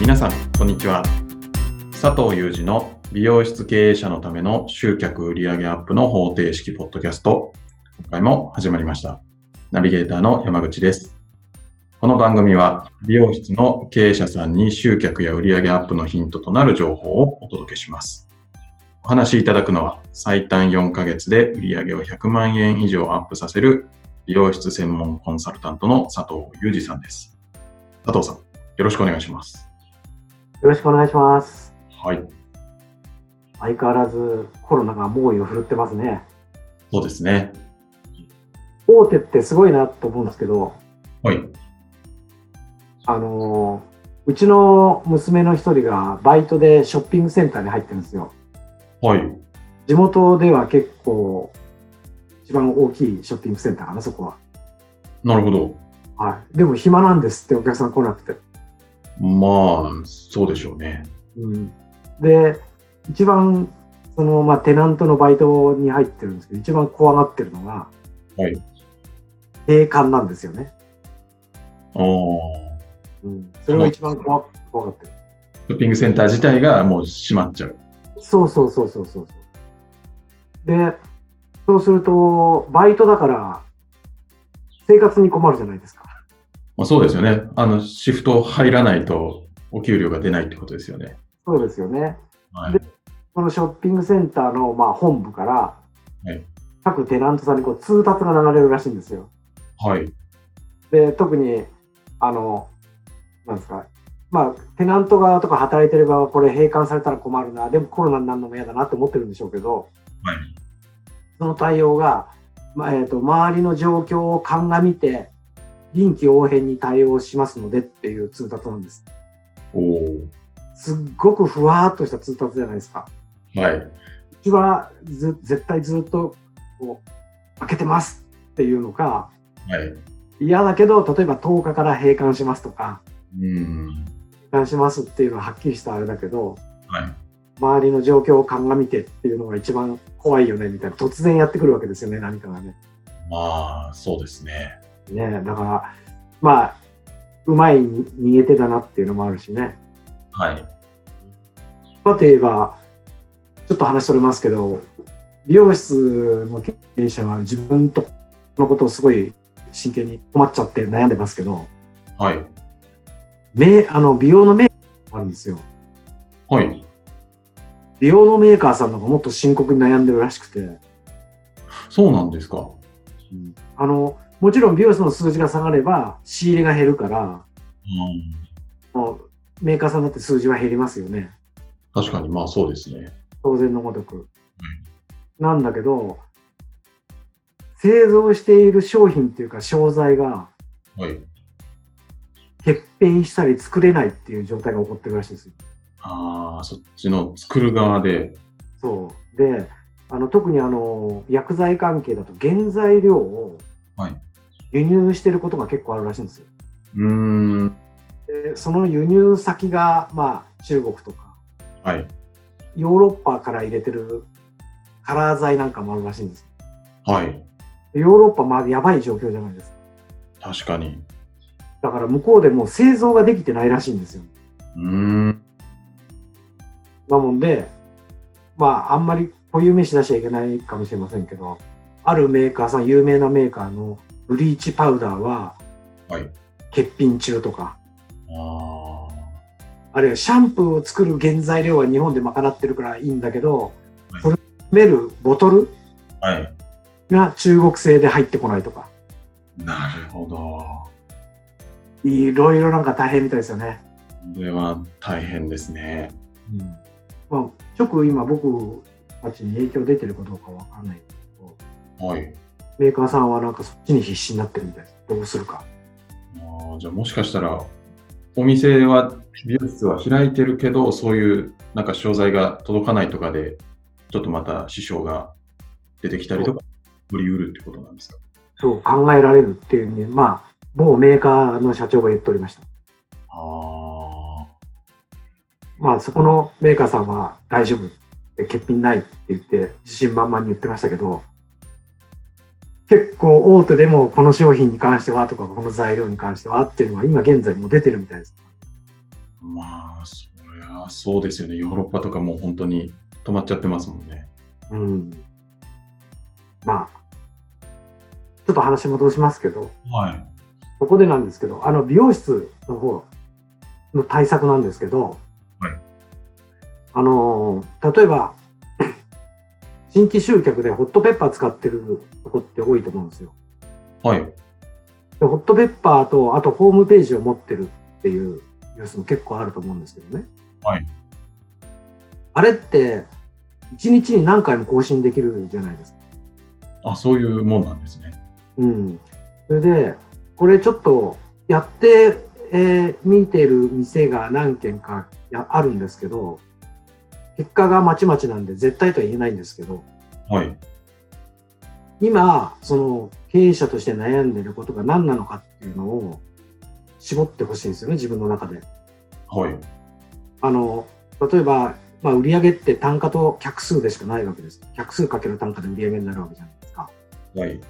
皆さん、こんにちは。佐藤祐二の美容室経営者のための集客売上アップの方程式ポッドキャスト。今回も始まりました。ナビゲーターの山口です。この番組は美容室の経営者さんに集客や売上アップのヒントとなる情報をお届けします。お話しいただくのは最短4ヶ月で売上を100万円以上アップさせる美容室専門コンサルタントの佐藤裕二さんです。佐藤さん、よろしくお願いします。よろしくお願いします。はい。相変わらずコロナが猛威を振るってますね。そうですね。大手ってすごいなと思うんですけど、はい。あの、うちの娘の一人がバイトでショッピングセンターに入ってるんですよ。はい。地元では結構一番大きいショッピングセンターかな、そこは。なるほど。はい、でも暇なんですって、お客さん来なくて。まあ、そうでしょうね。うん、で、一番その、まあ、テナントのバイトに入ってるんですけど、一番怖がってるのが、はい、閉館なんですよね。ああ、うん。それが一番怖怖がってる。ショッピングセンター自体がもう閉まっちゃう。そうそうそうそうそう。で、そうすると、バイトだから、生活に困るじゃないですか。まあ、そうですよね。あの、シフト入らないと、お給料が出ないってことですよね。そうですよね。はい、で、このショッピングセンターの、まあ、本部から、はい、各テナントさんにこう通達が流れるらしいんですよ。はい。で、特に、あの、なんですか、まあ、テナント側とか働いてる側は、これ閉館されたら困るな、でもコロナになるのも嫌だなって思ってるんでしょうけど、はい、その対応が、まあえーと、と周りの状況を鑑みて、臨機応変に対応しますのでっていう通達なんです。おすっごくふわっとした通達じゃないですか。はい。うちはず絶対ずっとこう開けてますっていうのか、はい、嫌だけど、例えば10日から閉館しますとか、うん閉館しますっていうのははっきりしたあれだけど、はい、周りの状況を鑑みてっていうのが一番怖いよねみたいな突然やってくるわけですよね何かがねまあそうですねねだからまあうまい逃げ手だなっていうのもあるしねはいさて言えばちょっと話それますけど美容室の経営者は自分とのことをすごい真剣に困っちゃって悩んでますけどはい目あの美容のメーカーもあるんですよはい美容のメーカーさんの方がもっと深刻に悩んでるらしくて。そうなんですか。うん、あの、もちろん美容室の数字が下がれば仕入れが減るから、うん、メーカーさんだって数字は減りますよね。確かに、まあそうですね。当然のごとく。うん、なんだけど、製造している商品っていうか商材が、はい。欠品したり作れないっていう状態が起こってるらしいですよ。ああ、そっちの作る側で。そう。で、あの特にあの薬剤関係だと原材料を輸入してることが結構あるらしいんですよ。うん。で、その輸入先が、まあ、中国とか、はい、ヨーロッパから入れてるカラー剤なんかもあるらしいんです。はい。ヨーロッパ、まあ、やばい状況じゃないですか。確かに。だから向こうでもう製造ができてないらしいんですよ。うん。なもんで、まあ、あんまり固有名詞出しちゃいけないかもしれませんけど、あるメーカーさん、有名なメーカーのブリーチパウダーは、はい、欠品中とか、ああるいはシャンプーを作る原材料は日本で賄ってるからいいんだけど、はい、それをめるボトルが中国製で入ってこないとか。なるほど。いろいろなんか大変みたいですよね。これは大変ですね。うんまあ、直今僕たちに影響出てるかどうかわからないけど、はい、メーカーさんはなんかそっちに必死になってるみたいですどうするかあじゃあもしかしたらお店は美容室は開いてるけどそういうなんか商材が届かないとかでちょっとまた支障が出てきたりとか取りうるってことなんですかそう考えられるっていうねまあ某メーカーの社長が言っておりましたああまあ、そこのメーカーさんは大丈夫、欠品ないって言って、自信満々に言ってましたけど、結構大手でもこの商品に関してはとか、この材料に関してはっていうのは今現在も出てるみたいです。まあ、そりゃそうですよね。ヨーロッパとかもう本当に止まっちゃってますもんね。うん。まあ、ちょっと話戻しますけど、はい。ここでなんですけど、あの美容室の方の対策なんですけど、はいあのー例えば 新規集客でホットペッパー使ってるとこって多いと思うんですよ。はい。でホットペッパーとあとホームページを持ってるっていうニュースも結構あると思うんですけどね。はいあれって1日に何回も更新できるじゃないですか。あ、そういうもんなんですね。うん、それで、これちょっとやって、えー見てる店が何軒かやあるんですけど、結果がまちまちなんで絶対とは言えないんですけど、はい。今、その経営者として悩んでることが何なのかっていうのを絞ってほしいんですよね、自分の中で。はい。あの、例えば、まあ、売上って単価と客数でしかないわけです。客数かける単価で売上になるわけじゃないですか。はい。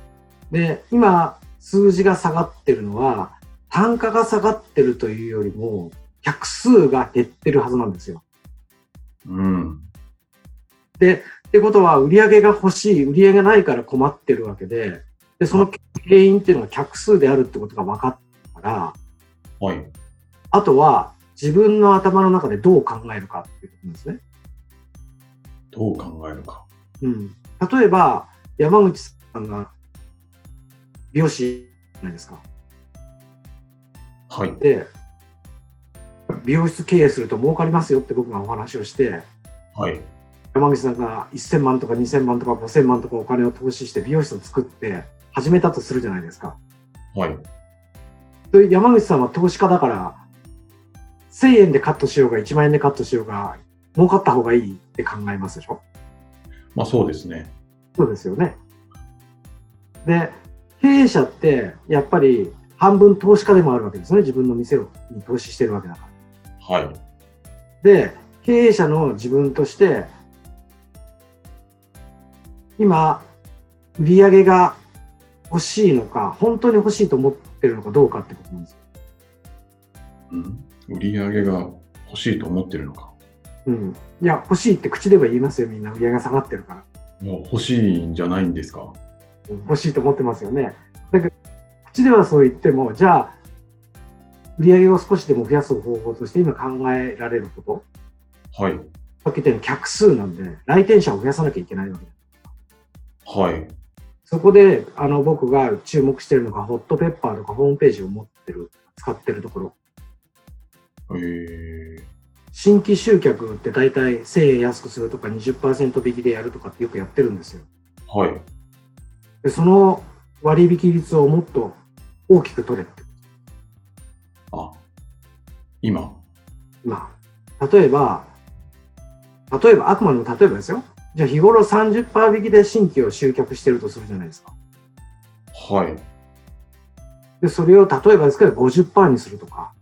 で、今、数字が下がってるのは、単価が下がってるというよりも、客数が減ってるはずなんですよ。うん。ってことは、売り上げが欲しい、売り上げがないから困ってるわけで、で、その原因っていうのが客数であるってことが分かったから、はい。あとは自分の頭の中でどう考えるかっていうことですね。どう考えるか。うん。例えば、山口さんが美容師じゃないですか。はい。で美容室経営すると儲かりますよって僕がお話をしてはい。山口さんが1000万とか2000万とか5000万とかお金を投資して美容室を作って始めたとするじゃないですかはい。で山口さんは投資家だから1000円でカットしようが1万円でカットしようが儲かった方がいいって考えますでしょまあそうですね。そうですよねで経営者ってやっぱり半分投資家でもあるわけですね自分の店に投資してるわけだからはい。で、経営者の自分として、今、売り上げが欲しいのか、本当に欲しいと思ってるのかどうかってことなんですよ。うん。売り上げが欲しいと思ってるのか。うん。いや、欲しいって口では言いますよ、みんな。売り上げが下がってるから。もう欲しいんじゃないんですか。欲しいと思ってますよね。だけど、口ではそう言っても、じゃあ、売り上げを少しでも増やす方法として今考えられること、はい。さっき言ったように客数なんで、来店者を増やさなきゃいけないわけですはい。そこであの僕が注目してるのが、ホットペッパーとかホームページを持ってる、使ってるところ、えー、新規集客って大体1000円安くするとか20%引きでやるとかってよくやってるんですよ。はい。でその割引率をもっと大きく取れって、あ、今。まあ、例えば、例えば、あくまでも例えばですよ。じゃあ日頃30%引きで新規を集客してるとするじゃないですか。はい。で、それを例えばですけど50%にするとか、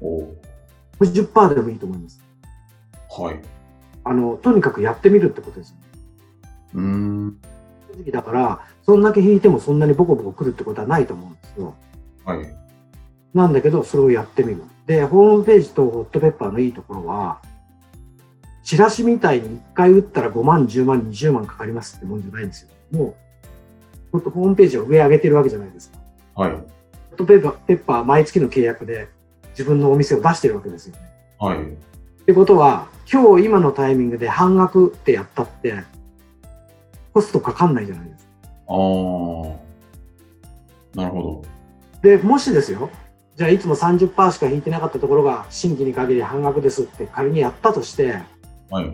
お50%でもいいと思います。はい。あの、とにかくやってみるってことですよ。うーん。正直だから、そんだけ引いてもそんなにボコボコ来るってことはないと思うんですよ。はい。なんだけど、それをやってみる。で、ホームページとホットペッパーのいいところは、チラシみたいに1回打ったら5万、10万、20万かかりますってもんじゃないんですよ。もう、ほんとホームページを上上げてるわけじゃないですか。はい。ホットペッパー、ペッパーは毎月の契約で自分のお店を出してるわけですよね。はい。ってことは、今日今のタイミングで半額ってやったって、コストかかんないじゃないですか。あー。なるほでもしですよじゃあいつも30%しか引いてなかったところが新規に限り半額ですって仮にやったとしてど。はい。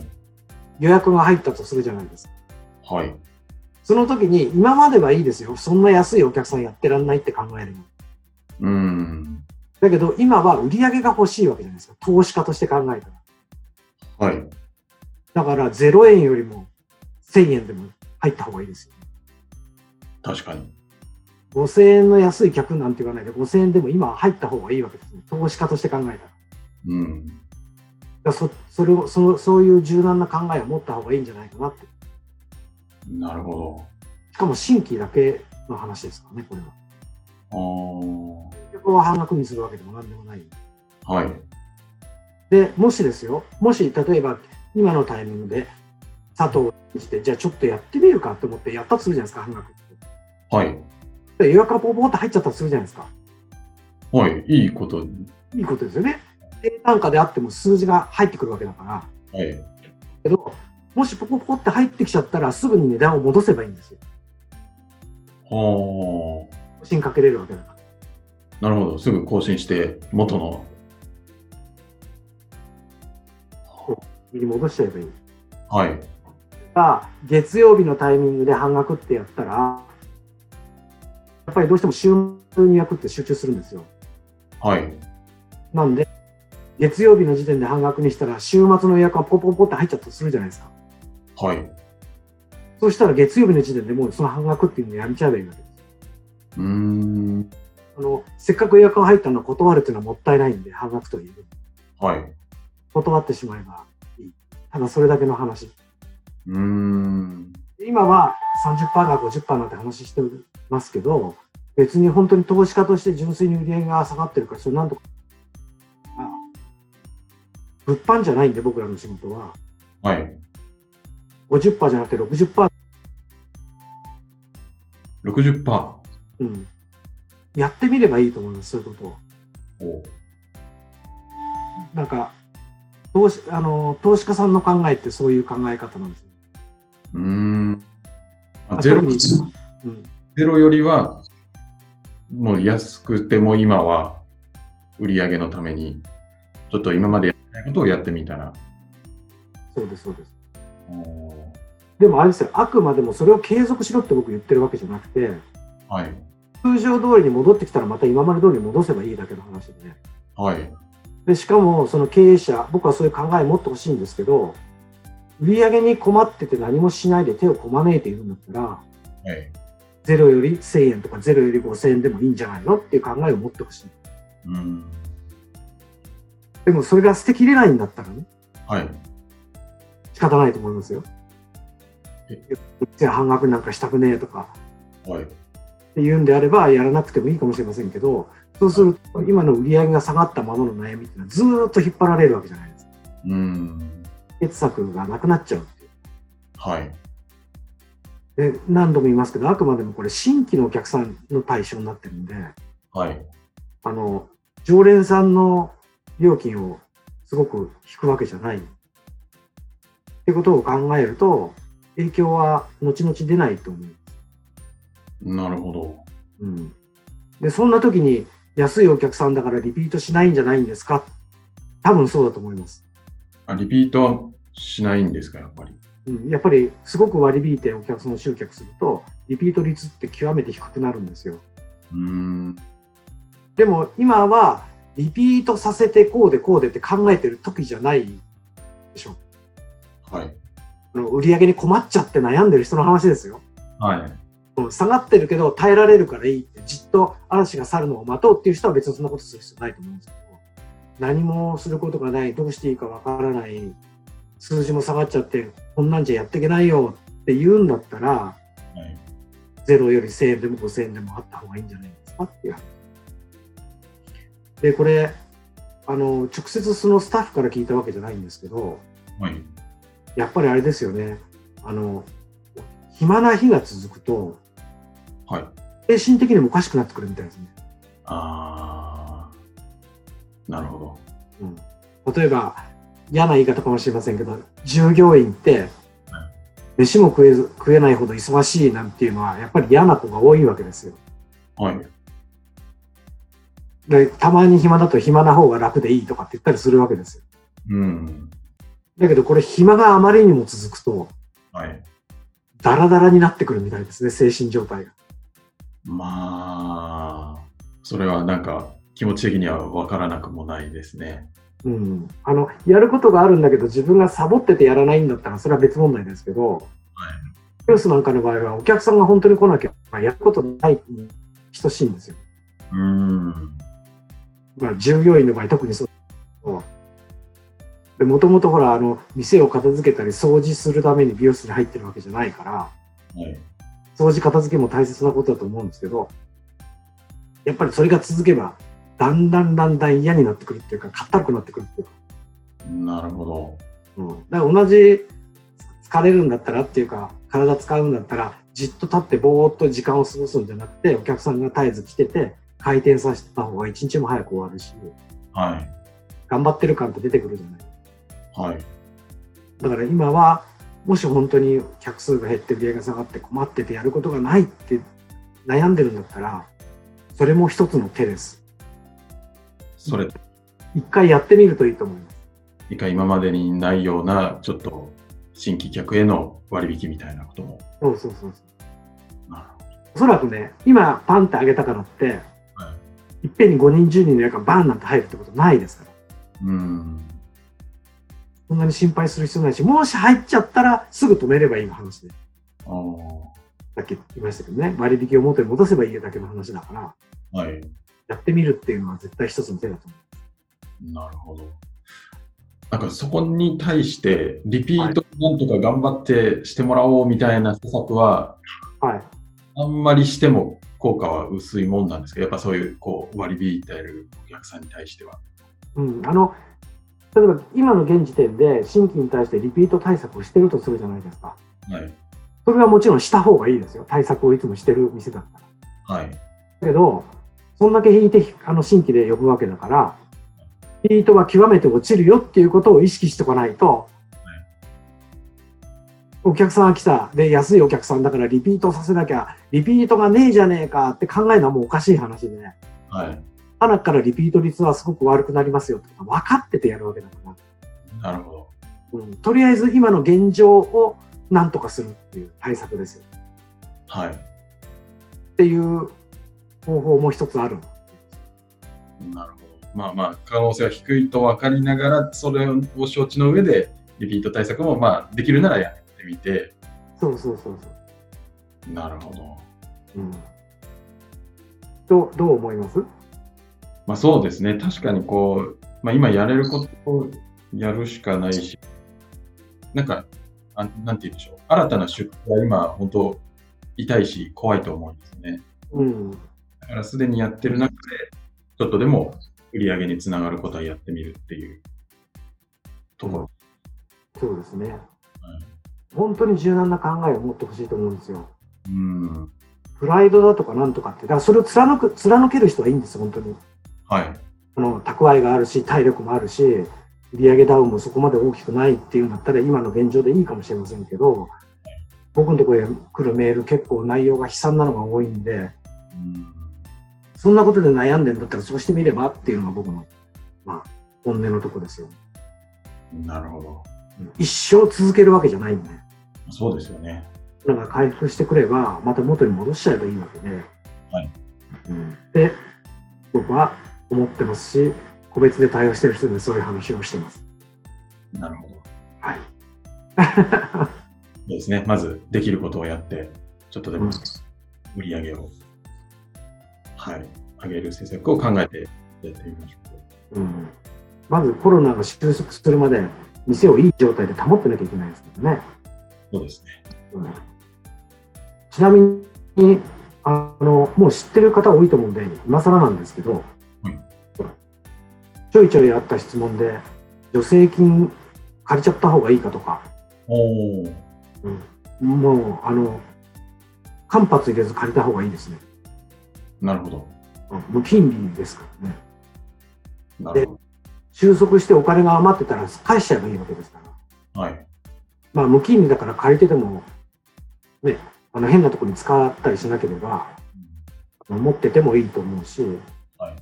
予約が入ったとするじゃないですかはい。その時に今まではいいですよそんな安いお客さんやってらんないって考えるのうーん。だけど今は売り上げが欲しいわけじゃないですか投資家として考えたはい。らだから0円よりも1000円でも入った方がいいですよ確かに。 5000円の安い客なんて言わないで5000円でも今は入った方がいいわけですね投資家として考えたらうん。だからそそれをそのそういう柔軟な考えを持った方がいいんじゃないかなってなるほしかも新規だけの話ですからね、これは。ど。ここは半額にするわけでも何でもない。あー。はい。で、もしですよ、もし例えば今のタイミングで佐藤を信じて、じゃあちょっとやってみるかと思ってやったとするじゃないですか、半額。はい。で予約がポンポンって入っちゃったとするじゃないですか。はい。いいこと。はいいことですよね。低単価であっても数字が入ってくるわけだから。い。けど、もしポコポコって入ってきちゃったら、すぐに値段を戻せばいいんですよ。はあ。新かけれるわけだから。なるほど。すぐ更新して、元の。に戻しちゃえばいい。はい。が、月曜日のタイミングで半額ってやったら、やっぱりどうしても収入に役って集中するんですよ。はい。なんで、月曜日の時点で半額にしたら、週末の予約がポコポコって入っちゃったとするじゃないですか。はい。そうしたら月曜日の時点でもうその半額っていうのをやめちゃえばいいわけです。うーん。あの、せっかく予約が入ったのを断るっていうのはもったいないんで、半額という。はい。断ってしまえばいい。ただそれだけの話。うーん。今は30%が50%なんて話してますけど、別に本当に投資家として純粋に売り上げが下がってるから、それなんとか。あ物販じゃないんで、僕らの仕事は。はい。 50%じゃなくて60%、 60%。うん。やってみればいいと思います、そういうことを。おなんか、投資、あの、投資家さんの考えってそういう考え方なんですよ。うーん。ああゼロ特にゼうん。ロよりは、もう安くても今は売り上げのために、ちょっと今までやってないことをやってみたら。そうです、そうです。おーでもあれですよ、あくまでもそれを継続しろって僕言ってるわけじゃなくて、はい。通常通りに戻ってきたらまた今まで通りに戻せばいいだけの話でね。はい。でしかもその経営者僕はそういう考えを持ってほしいんですけど売り上げに困ってて何もしないで手をこまねいているんだったらはい。ゼロより1000円とかゼロより5000円でもいいんじゃないのっていう考えを持ってほしいうん。でもそれが捨てきれないんだったらねはい。仕方ないと思いますよえじゃあ半額なんかしたくねえとかはい。っていうんであればやらなくてもいいかもしれませんけどそうすると今の売り上げが下がったままの悩みっていうのはずーっと引っ張られるわけじゃないですかうん。決策がなくなっちゃうっていうはい。で何度も言いますけど、あくまでもこれ、新規のお客さんの対象になってるんで、はい。あの常連さんの料金をすごく引くわけじゃない。ってことを考えると、影響は後々出ないと思なるほど。う。うん、で、そんな時に、安いお客さんだからリピートしないんじゃないんですか多分そうだと思います。あリピートはしないんですか、やっぱり。うん、やっぱり、すごく割り引いてお客さんを集客すると、リピート率って極めて低くなるんですよ。うーん。でも今はリピートさせてこうでこうでって考えてる時じゃないでしょ。はい。あの売り上げに困っちゃって悩んでる人の話ですよ。はい。うん下がってるけど耐えられるからいいってじっと嵐が去るのを待とうっていう人は別にそんなことする必要ないと思うんですけど何もすることがないどうしていいかわからない数字も下がっちゃってこんなんじゃやっていけないよって言うんだったらはい、ゼロより1000円でも5000円でもあった方がいいんじゃないですかっていう話でこれあの直接そのスタッフから聞いたわけじゃないんですけどはい。やっぱりあれですよねあの暇な日が続くとはい。精神的にもおかしくなってくるみたいですね。あー。なるほど。うん、例えば嫌な言い方かもしれませんけど従業員って飯も食えず食えないほど忙しいなんていうのはやっぱり嫌な子が多いわけですよ。はい。でたまに暇だと暇な方が楽でいいとかって言ったりするわけですよ。うん。だけどこれ暇があまりにも続くとはい。ダラダラになってくるみたいですね精神状態が。まあ、それはなんか気持ち的にはわからなくもないですね。うん、あのやることがあるんだけど自分がサボっててやらないんだったらそれは別問題ですけど、ニュースなんかの場合はお客さんが本当に来なきゃ、まあ、やることないに等しいんですよ。うーん。まあ、従業員の場合特にそうでもともとほらあの店を片付けたり掃除するために美容室に入ってるわけじゃないからはい。掃除片付けも大切なことだと思うんですけどやっぱりそれが続けばだんだんだんだん嫌になってくるっていうか硬くなってくるっていうかなるほど。うん、だから同じ疲れるんだったらっていうか体使うんだったらじっと立ってぼーっと時間を過ごすんじゃなくてお客さんが絶えず来てて回転させてた方が一日も早く終わるしはい。頑張ってる感って出てくるじゃないはい。だから今はもし本当に客数が減って売り上げが下がって困っててやることがないって悩んでるんだったらそれも一つの手ですそれ、一回やってみるといいと思います一回今までにないような、ちょっと新規客への割引みたいなことも。そうそうそうそうなるおそらくね今パンって上げたからって、、はいっぺんに5人10人のやからバンなんて入るってことないですからほど。うん。そんなに心配する必要ないし、もし入っちゃったらすぐ止めればいい話で、あーさっき言いましたけどね、割引を元に戻せばいいだけの話だから、はい。やってみるっていうのは絶対一つの手だと思なるほど。なんかそこに対して、リピートなんとか頑張ってしてもらおうみたいな施策は、う。はい。あんまりしても効果は薄いもんなんですけど、やっぱそういうこう割り引いてるお客さんに対しては。うん。あの、例えば今の現時点で新規に対してリピート対策をしてるとするじゃないですか。はい。それはもちろんした方がいいですよ。対策をいつもしてる店だったら。はい。だけど、そんだけ引いてあの新規で呼ぶわけだから、リピートは極めて落ちるよっていうことを意識しておかないと、お客さんが来た、で、安いお客さんだからリピートさせなきゃ、リピートがねえじゃねえかって考えるのはもうおかしい話でね、はい。花からリピート率はすごく悪くなりますよってことは分かっててやるわけだから、なるほど。うん、とりあえず今の現状をなんとかするっていう対策ですよ。はい。っていう方法も一つある。なるほど。まあまあ、可能性は低いと分かりながら、それを承知の上で、リピート対策も、まあ、できるならやってみて。そうそうそうそう。なるほど。うん、どうどう思いますまあそうですね。確かにこう、まあ今やれることをやるしかないし、なんか、あなんて言うんでしょう。新たな出費は今、本当痛いし、怖いと思うんですね。うん、だからすでにやってる中で、ちょっとでも売り上げにつながることはやってみるっていうところ。そうですね。本当に柔軟な考えを持ってほしいと思うんですよ。うん。プライドだとかなんとかって、だからそれを貫く貫ける人はいいんです、本当に。はい。あの蓄えがあるし、体力もあるし、売上ダウンもそこまで大きくないっていうんだったら、今の現状でいいかもしれませんけど、僕のところへ来るメール、結構内容が悲惨なのが多いんで、うんそんなことで悩んでんだったら、そうしてみればっていうのが僕の、まあ、本音のとこですよ。なるほど。一生続けるわけじゃないんで。そうですよね。だから回復してくれば、また元に戻しちゃえばいいわけで、はいうん、で、僕は思ってますし、個別で対応してる人にそういう話をしてます。なるほど。はい。そう ですね。まずできることをやって、ちょっとでうもん売り上げを、はい、上げる施策を考えてやってみましょうん、まずコロナが収束するまで、店をいい状態で保ってなきゃいけないですけどね。う。そうですね。うん、ちなみにあの、もう知ってる方多いと思うんで、今更なんですけど、うんちょいちょいあった質問で、助成金借りちゃった方がいいかとか、おお。もう、あの、間髪入れず借りた方がいいですね。なるほど。うん無金利ですからね。なるほ収束してお金が余ってたら返しちゃえばいいわけですから。ど。はい。まあ、無金利だから借りてても、ね、あの変なところに使ったりしなければ、持っててもいいと思うし、はいだ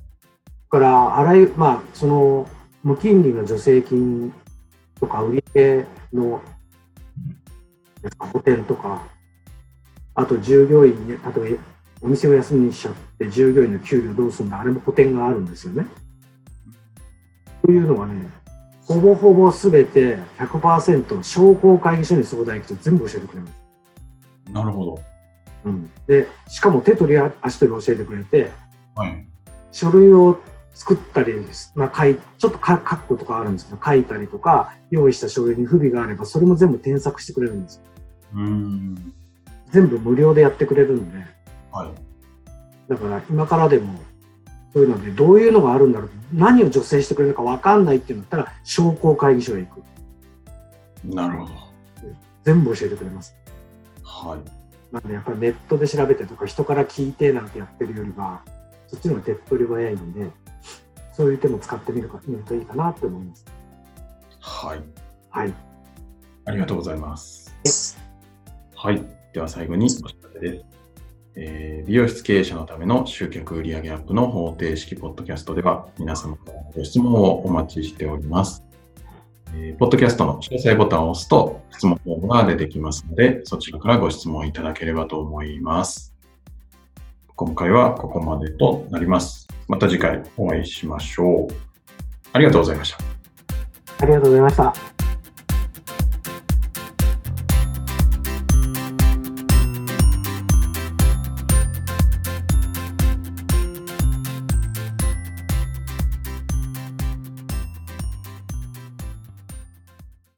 から、あらゆる、まあ、その、無金利の助成金とか、売り上げの、なんか補填とか、あと従業員ね、例えばお店を休みにしちゃって、従業員の給料どうするんだ、あれも補填があるんですよね。というのはね、ほぼほぼすべて100%商工会議所に相談行くと全部教えてくれます。なるほど。で、しかも手取り足取り教えてくれて、はい。書類を作ったりです、まあ、書いちょっとか書くことがあるんですけど書いたりとか用意した書類に不備があればそれも全部添削してくれるんですようーん。全部無料でやってくれるんではい。だから今からでもそういうので、どういうのがあるんだろう、何を助成してくれるのか分かんないっていうんだったら、商工会議所へ行く、なるほど。全部教えてくれます。はい。なんで、やっぱりネットで調べてとか、人から聞いてなんてやってるよりは、そっちの方が手っ取り早いんで、そういう手も使ってみるか見るといいかなって思います。はい。はい。ありがとうございます。はい。では最後にお知らせです。えー美容室経営者のための集客売上アップの方程式ポッドキャストでは皆様からのご質問をお待ちしております。えーポッドキャストの詳細ボタンを押すと質問フォームが出てきますので、そちらからご質問いただければと思います。今回はここまでとなります。また次回お会いしましょう。ありがとうございました。ありがとうございました。